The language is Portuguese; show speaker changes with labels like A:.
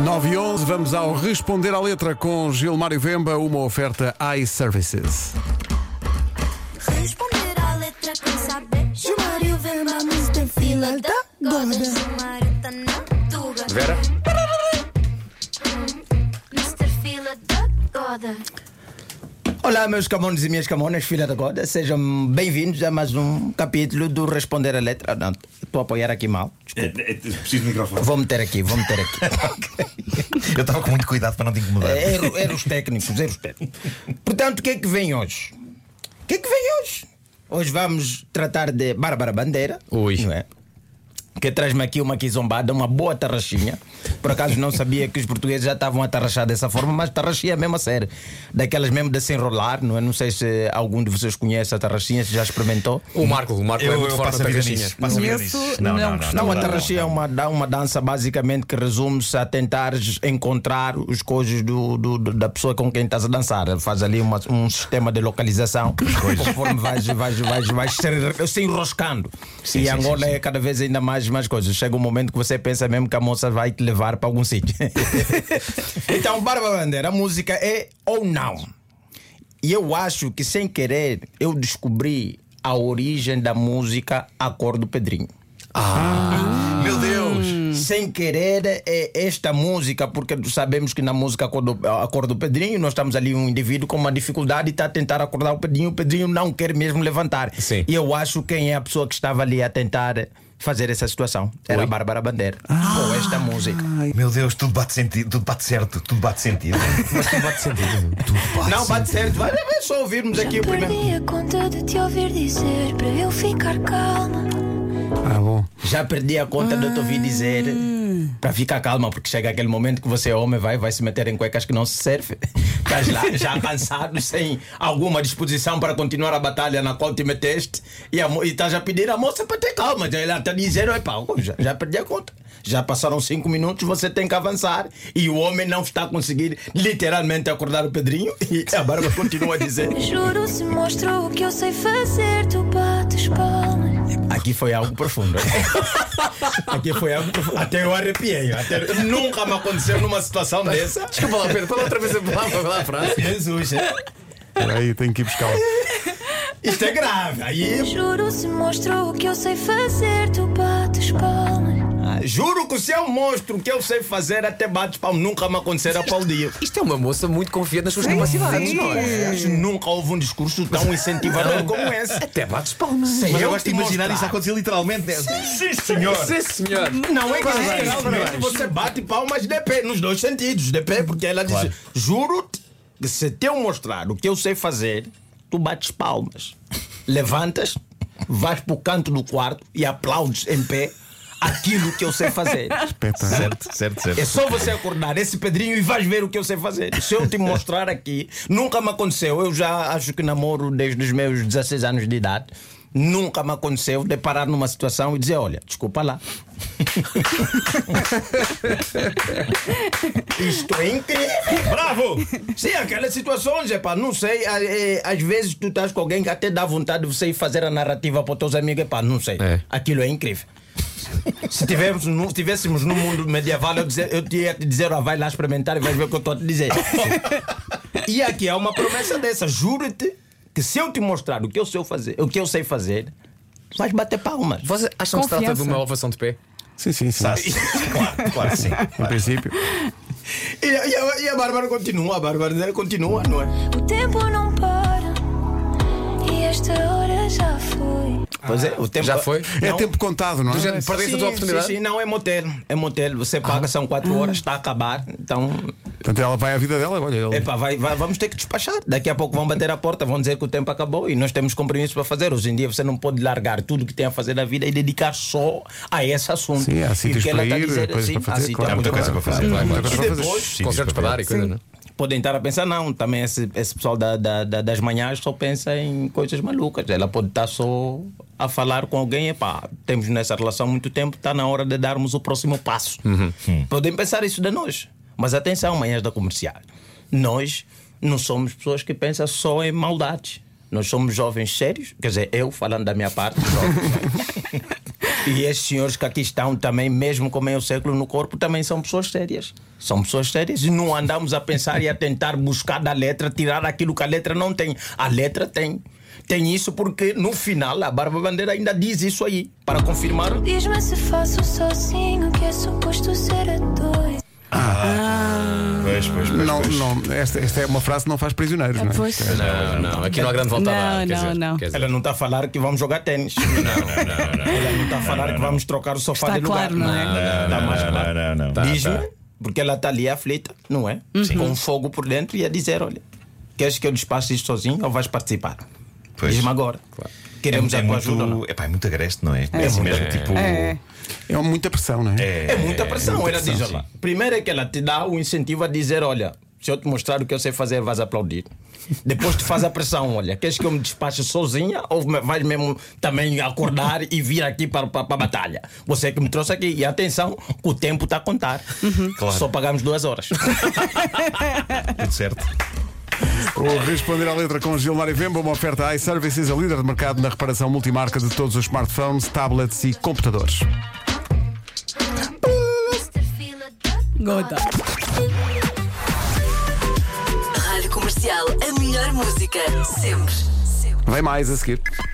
A: 9 e 11, vamos ao Responder à Letra com Gilmário Vemba, uma oferta iServices.
B: Responder à letra quem saber. Gilmário Vemba, mas tem fila da gorda. Gilmário tá na tuga.
C: Vera?
B: Mr. Fila da gorda.
D: Olá, meus camões e minhas camonas, filha da Goda, sejam bem-vindos a mais um capítulo do Responder a Letra. Ah, Não, estou a apoiar aqui mal.
C: É, é, preciso de microfone.
D: Vou meter aqui, vou meter aqui.
E: Eu estava com muito cuidado para não te incomodar.
D: É, Erro, erros técnicos, erros técnicos. Portanto, o que é que vem hoje? O que é que vem hoje? Hoje vamos tratar de Bárbara Bandeira.
E: Ui.
D: Não é? Que traz-me aqui uma quizombada, uma boa tarraxinha. Por acaso não sabia que os portugueses já estavam a tarraxar dessa forma, mas tarraxinha é mesmo a sério. Daquelas mesmo de se enrolar, não é? Não sei se algum de vocês conhece a tarraxinha, se já experimentou.
F: O Marco, o Marco é muito forte na caixinha.
E: passo a vida
G: Nesse,
E: nisso.
G: não
D: Não, a tarraxia é uma, dá uma dança basicamente que resume-se a tentares encontrar os cojos do, do- do- da pessoa com quem estás a dançar. Faz ali uma- um sistema de localização conforme vais, vais, vais, vais se, se enroscando. e Angola é cada vez ainda mais, mais coisas. Chega um momento que você pensa mesmo que a moça vai te levar para algum sítio. então, Bárbara Bandeira, a música é ou não? E eu acho que sem querer eu descobri a origem da música A Cor do Pedrinho.
E: Meu Deus!
D: Sem querer é esta música, porque sabemos que na música A Cor do, A Cor do Pedrinho nós estamos ali um indivíduo com uma dificuldade e está a tentar acordar o Pedrinho, o Pedrinho não quer mesmo levantar.
F: Sim.
D: E eu acho quem é a pessoa que estava ali a tentar fazer essa situação era a Bárbara Bandeira com esta música.
E: Meu Deus, tudo bate sentido, tudo bate certo, tudo bate sentido.
F: Mas tu bate sentido.
E: Tudo bate
D: Não, bate certo, vai vai só ouvirmos aqui é o primeiro.
B: Perdi a conta de te ouvir dizer para eu ficar calma.
A: Ah, bom.
D: Já perdi a conta de eu te ouvir dizer. Para ficar calma, porque chega aquele momento que você é homem, vai, vai se meter em cuecas que não se serve. Estás lá já cansado, sem alguma disposição para continuar a batalha na qual te meteste. E a mo- e estás a pedir à moça para ter calma. Já Ela está dizendo: epá, oh, já, já perdi a conta. Já passaram cinco minutos, você tem que avançar. E o homem não está a conseguir literalmente acordar o Pedrinho. E a Bárbara continua a dizer:
B: Juro se mostrou o que eu sei fazer, tu bates palmas.
D: Aqui foi algo profundo. Aqui foi algo profundo. Até eu arrepiei. Até... Nunca me aconteceu numa situação dessa.
F: Desculpa lá, Pedro, fala outra vez a palavra, fala a frase.
D: Jesus, é?
A: Peraí, tenho que ir buscar.
D: isto é grave. Aí,
B: Juro se mostrou o que eu sei fazer, tu bates palmas.
D: juro que se é um monstro que eu sei fazer, até bate pau. Nunca me acontecerá aplaudir.
F: Isto é uma moça muito confiante nas suas capacidades, não é?
D: Acho que Nunca houve um discurso tão incentivador como esse.
F: Até bates palmas.
D: Sem
E: Mas eu
D: eu
E: gosto de
D: te
E: imaginar
D: mostrar.
E: isso a acontecer literalmente. né? Sim, senhor!
F: Sim, senhor.
D: Não é que
F: Parabéns,
D: literalmente você bate palmas de pé, nos dois sentidos, de pé, porque ela diz: Juro-te que se te eu mostrar o que eu sei fazer, tu bates palmas, levantas, vais para o canto do quarto e aplaudes em pé aquilo que eu sei fazer.
E: Certo, certo,
D: É
E: certo.
D: só você acordar esse Pedrinho e vais ver o que eu sei fazer. Se eu te mostrar aqui, nunca me aconteceu. Eu já acho que namoro desde os meus 16 anos de idade. Nunca me aconteceu de parar numa situação e dizer: Olha, desculpa lá. Isto é incrível!
E: Bravo!
D: Sim, aquelas situações, epá, não sei. a- é, Às vezes tu estás com alguém que até dá vontade de você ir fazer a narrativa para os teus amigos, epá, não sei.
F: É.
D: Aquilo é incrível. Se tivermos no- tivéssemos no mundo medieval, eu, dizer, eu ia te dizer, ó, vai lá experimentar e vais ver o que eu estou a te dizer. e aqui é uma promessa dessa, juro-te que se eu te mostrar o que eu sei fazer, o que eu sei fazer, vais bater palmas.
F: Vocês acham que se trata de
G: Confiança.
F: uma ovação de pé?
A: Sim, sim, sim.
E: Sabe? Claro, claro que sim.
A: Em princípio.
D: E, a- e a, e a Bárbara continua, a Bárbara dela continua, não é?
B: O tempo não para e esta hora já foi.
D: Pois é, o tempo
F: Já foi?
A: É
D: Não.
A: tempo contado, não é?
F: Gente, Perdeste a tua oportunidade? Ah.
D: Sim, sim, não, é motel. É motel. Você paga, são 4 horas, está a acabar. Então,
A: Portanto, ela vai à vida dela, olha. ela-
D: epá, vai, vai- vamos ter que despachar. Daqui a pouco vão bater a porta, vão dizer que o tempo acabou e nós temos compromissos para fazer. Hoje em dia você não pode largar tudo que tem a fazer na vida e dedicar só a esse assunto.
A: Sim, há
D: E o
A: sítios
D: que ela tá
A: para
D: está a
A: ir,
D: dizer,
A: coisas
D: sim,
A: para
D: assim, há
A: fazer,
D: sítios
A: claro.
D: para
E: Há muita coisa
D: fazer.
E: para fazer.
F: Claro, claro.
E: Muita coisa
D: E
E: para fazer.
D: depois,
E: Sítios
F: Concertos para dar e coisa, não é?
D: podem estar a pensar, não, também esse, esse pessoal da- da- da- das manhãs só pensa em coisas malucas. Ela pode estar só a falar com alguém, epá, temos nessa relação muito tempo, está na hora de darmos o próximo passo. Podem pensar isso de nós. Mas atenção, manhãs da comercial. Nós não somos pessoas que pensam só em maldades. Nós somos jovens sérios, quer dizer, eu falando da minha parte, jovem, E estes senhores que aqui estão também, mesmo com meio século no corpo, também são pessoas sérias. São pessoas sérias e não andamos a pensar e a tentar buscar da letra, tirar aquilo que a letra não tem. A letra tem. Tem isso porque no final a Barba Bandeira ainda diz isso aí, para confirmar.
B: Diz-me se faço sozinho, que é suposto ser a dois.
E: Pois, pois, pois.
A: Não,
E: pois.
A: não, esta, esta é uma frase que não faz prisioneiros, não é?
G: Ah, Pois.
F: Não, Ah, não, aqui não há grande volta a dar.
G: Não,
F: quer
G: não,
F: dizer,
G: não.
F: quer dizer,
D: Ela não está a falar que vamos jogar ténis.
E: Não, não, não.
D: Ela não está a falar que vamos trocar o sofá
G: Está
D: de lugar.
G: claro, não é?
D: Está mais claro.
E: Não, não, Tá, não.
D: Diz-me, porque ela está ali aflita, não é?
G: Uhum.
D: Com fogo por dentro e a dizer: olha, queres que eu despache isto sozinho ou vais participar?
E: Pois.
D: Diz-me agora. Queremos
E: é,
D: a tua ajuda ou não?
E: muito, é, pá, é muito agreste, não é? É, assim mesmo, tipo.
G: É.
A: É muita pressão, não é?
D: É muita pressão,
E: muita
D: ela
E: pressão,
D: diz: olha, primeiro é que ela te dá o incentivo a dizer: olha, se eu te mostrar o que eu sei fazer, vais aplaudir. Depois te faz a pressão: olha, queres que eu me despache sozinha ou me- vais mesmo também acordar e vir aqui para, para, para a batalha? Você é que me trouxe aqui. E atenção, que o tempo está a contar.
E: Claro.
D: Só pagamos duas horas.
E: Tudo certo.
A: O Responder à Letra com Gilmário Vemba, uma oferta iServices, a líder de mercado na reparação multimarca de todos os smartphones, tablets e computadores.
B: Mr. Fila da
G: Gota.
H: Rádio Comercial, a melhor música, sempre. Sempre.
A: Vem mais a seguir.